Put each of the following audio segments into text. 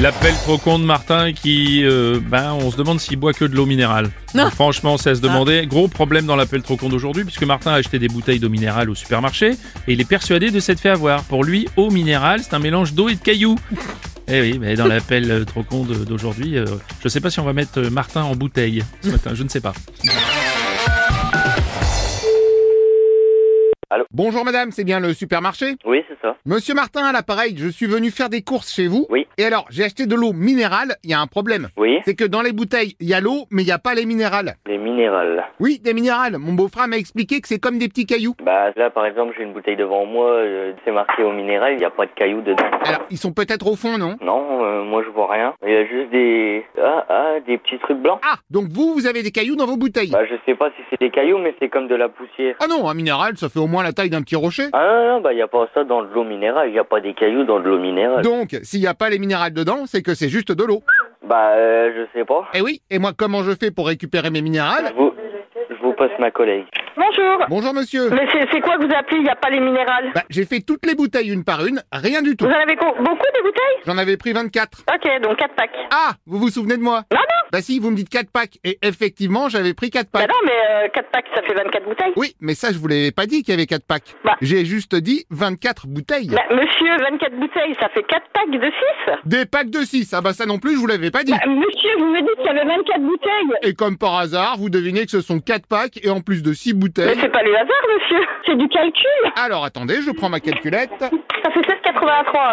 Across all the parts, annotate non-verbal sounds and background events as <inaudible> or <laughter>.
L'appel trop con de Martin qui, euh, ben, on se demande s'il boit que de l'eau minérale. Non. Franchement, on sait se demander. Gros problème dans l'appel trop con d'aujourd'hui, puisque Martin a acheté des bouteilles d'eau minérale au supermarché et il est persuadé de s'être fait avoir. Pour lui, eau minérale, c'est un mélange d'eau et de cailloux. Eh oui, mais <laughs> dans l'appel euh, trop con de- d'aujourd'hui, euh, je sais pas si on va mettre euh, Martin en bouteille ce matin, je ne sais pas. Bonjour madame, c'est bien le supermarché Oui, c'est ça. Monsieur Martin à l'appareil, je suis venu faire des courses chez vous. Oui. Et alors, j'ai acheté de l'eau minérale, il y a un problème. Oui, C'est que dans les bouteilles, il y a l'eau, mais il n'y a pas les minérales. les minérales. Oui, des minérales. Mon beau-frère m'a expliqué que c'est comme des petits cailloux. Bah là, par exemple, j'ai une bouteille devant moi, euh, c'est marqué au minéral, il n'y a pas de cailloux dedans. Alors, ils sont peut-être au fond, non Non, euh, moi je vois rien. Il y a juste des... Ah, ah, des petits trucs blancs. Ah, donc vous, vous avez des cailloux dans vos bouteilles Bah je sais pas si c'est des cailloux, mais c'est comme de la poussière. Ah non, un minéral, ça fait au moins la taille d'un petit rocher. Ah non, non, bah il n'y a pas ça dans de l'eau minérale, il n'y a pas des cailloux dans de l'eau minérale. Donc, s'il n'y a pas les minérales dedans, c'est que c'est juste de l'eau. Bah euh, je sais pas. Eh oui, et moi, comment je fais pour récupérer mes minérales Je vous... Je vous passe ma collègue. Bonjour. Bonjour monsieur. Mais c'est c'est quoi que vous appelez Il n'y a pas les minérales Bah, j'ai fait toutes les bouteilles une par une, rien du Vous tout. en avez co- beaucoup de bouteilles J'en avais pris 24. Ok, donc 4 packs. Ah, vous vous souvenez de moi Non, non. Bah si, vous me dites 4 packs, et effectivement, j'avais pris 4 Bah packs. non, mais 4 packs, ça fait 24 bouteilles. Oui, mais ça, je vous l'avais pas dit qu'il y avait 4 packs. Bah. J'ai juste dit 24 bouteilles. Bah, monsieur, 24 bouteilles, ça fait 4 packs de 6 Des packs de 6, ah bah ça non plus, je vous l'avais pas dit. bah, Monsieur, vous me dites qu'il y avait 24 bouteilles. Euh. Et comme par hasard, vous devinez que ce sont 4 packs, et en plus de 6 Mais bouteilles. c'est pas le hasard, monsieur. C'est du calcul. Alors attendez, je prends ma calculette. Ça fait 16,83,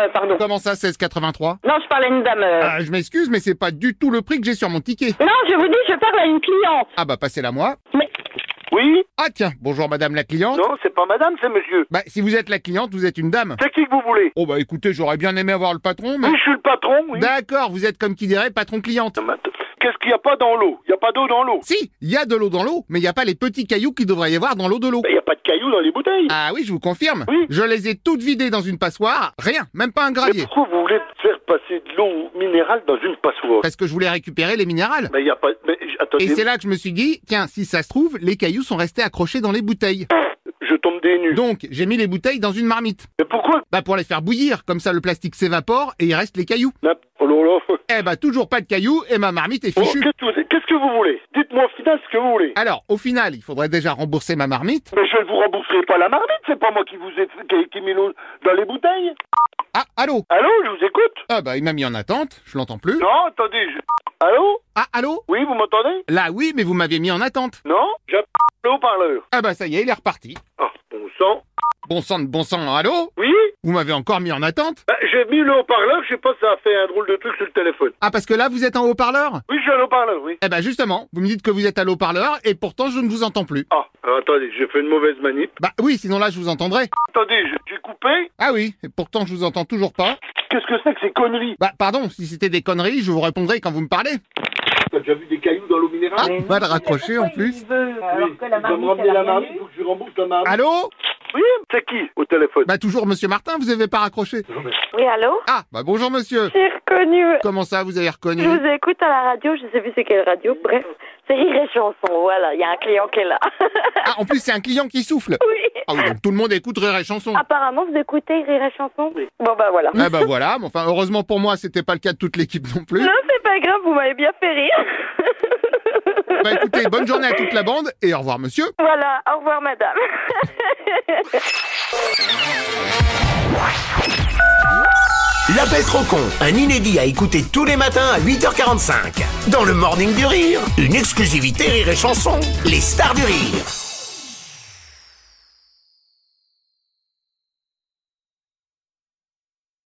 euh, pardon. Comment ça, 16,83 Non, je parle à une dame. euh. Ah, je m'excuse, mais c'est pas du tout le prix que j'ai sur mon ticket. Non, je vous dis, je parle à une cliente. Ah bah passez-la moi. Oui Ah tiens, bonjour madame la cliente. Non, c'est pas madame, c'est monsieur. Bah si vous êtes la cliente, vous êtes une dame. C'est qui que vous voulez Oh bah écoutez, j'aurais bien aimé avoir le patron, mais... Oui, je suis le patron, oui. D'accord, vous êtes comme qui dirait patron-cliente. Non, mais attends, Qu'est-ce qu'il n'y a pas dans l'eau Il n'y a pas d'eau dans l'eau. Si, il y a de l'eau dans l'eau, mais il n'y a pas les petits cailloux qu'il devrait y avoir dans l'eau de l'eau. Ben, Il n'y a pas de cailloux dans les bouteilles. Ah oui, je vous confirme. Oui. Je les ai toutes vidées dans une passoire, rien, même pas un Mais gravier. pourquoi vous voulez faire passer de l'eau minérale dans une passoire Parce que je voulais récupérer les minérales. Mais il n'y a pas... Mais j- Et c'est attendez, là que je me suis dit, tiens, si ça se trouve, les cailloux sont restés accrochés dans les bouteilles. je tombe des nues. Donc, j'ai mis les bouteilles dans une marmite. Mais pourquoi Bah pour les faire bouillir, comme ça le plastique s'évapore et il reste les cailloux. Non, Oh là là. Eh bah toujours pas de cailloux et ma marmite est Bon, fichue. qu'est-ce Oh, que vous- Qu'est-ce que vous voulez Dites-moi au final ce que vous voulez. Alors, au final, il faudrait déjà rembourser ma marmite. Mais je ne vous rembourserai pas la marmite, c'est pas moi qui vous ai qui, qui mis l'eau dans les bouteilles. Ah, allô Allô, je vous écoute Ah bah, il m'a mis en attente, je l'entends plus. Non, attendez, je... Allô Ah, allô Oui, vous m'entendez Là, oui, mais vous m'avez mis en attente. Non J'appelle le haut-parleur. Ah bah, ça y est, il est reparti. Ah, bon sang. Bon sang de bon sang, allô Oui Vous m'avez encore mis en attente Bah, j'ai mis le haut-parleur, je sais pas, ça a fait un drôle de truc sur le téléphone. Ah, parce que là, vous êtes en haut-parleur Oui, j'ai le haut-parleur, oui. Eh bah, justement, vous me dites que vous êtes à l'haut-parleur et pourtant, je ne vous entends plus. Ah, alors, attendez, j'ai fait une mauvaise manip. Bah oui, sinon là, je vous entendrai. Attendez, je- j'ai coupé. Ah oui, et pourtant, je vous entends toujours pas. Qu'est-ce que c'est que ces conneries Bah, pardon, si c'était des conneries, je vous répondrai quand vous me parlez. T'as déjà vu des cailloux dans l'eau Ah, minérale va le raccrocher en plus. Oui, tu dois me ramener Ah, la marmite, faut que je rembourse la Ah, marmite. Allô Oui, c'est qui au téléphone Bah toujours Monsieur Martin, vous avez pas raccroché. Oui, allô Ah, bah bonjour Monsieur. J'ai reconnu. Comment ça, vous avez reconnu <laughs> Je vous écoute à la radio, je sais plus c'est quelle radio. Bref, c'est Rire et Chanson, voilà, il y a un client qui est là. <laughs> Ah, en plus c'est un client qui souffle. oui. Ah. Ah oui, donc tout le monde écoute Rire et Chanson. Apparemment, vous écoutez Rire et Chanson Bon, bah voilà. Eh bah voilà, mais enfin heureusement pour moi, c'était pas le cas de toute l'équipe non plus. Non, c'est pas grave, vous m'avez bien fait rire. <laughs> Bah écoutez, bonne journée à toute la bande et au revoir Monsieur. Voilà, au revoir, madame. <laughs> L'appel trop con, un inédit à écouter tous les matins à 8h45. Dans le Morning du Rire, une exclusivité Rire et Chanson, les stars du rire.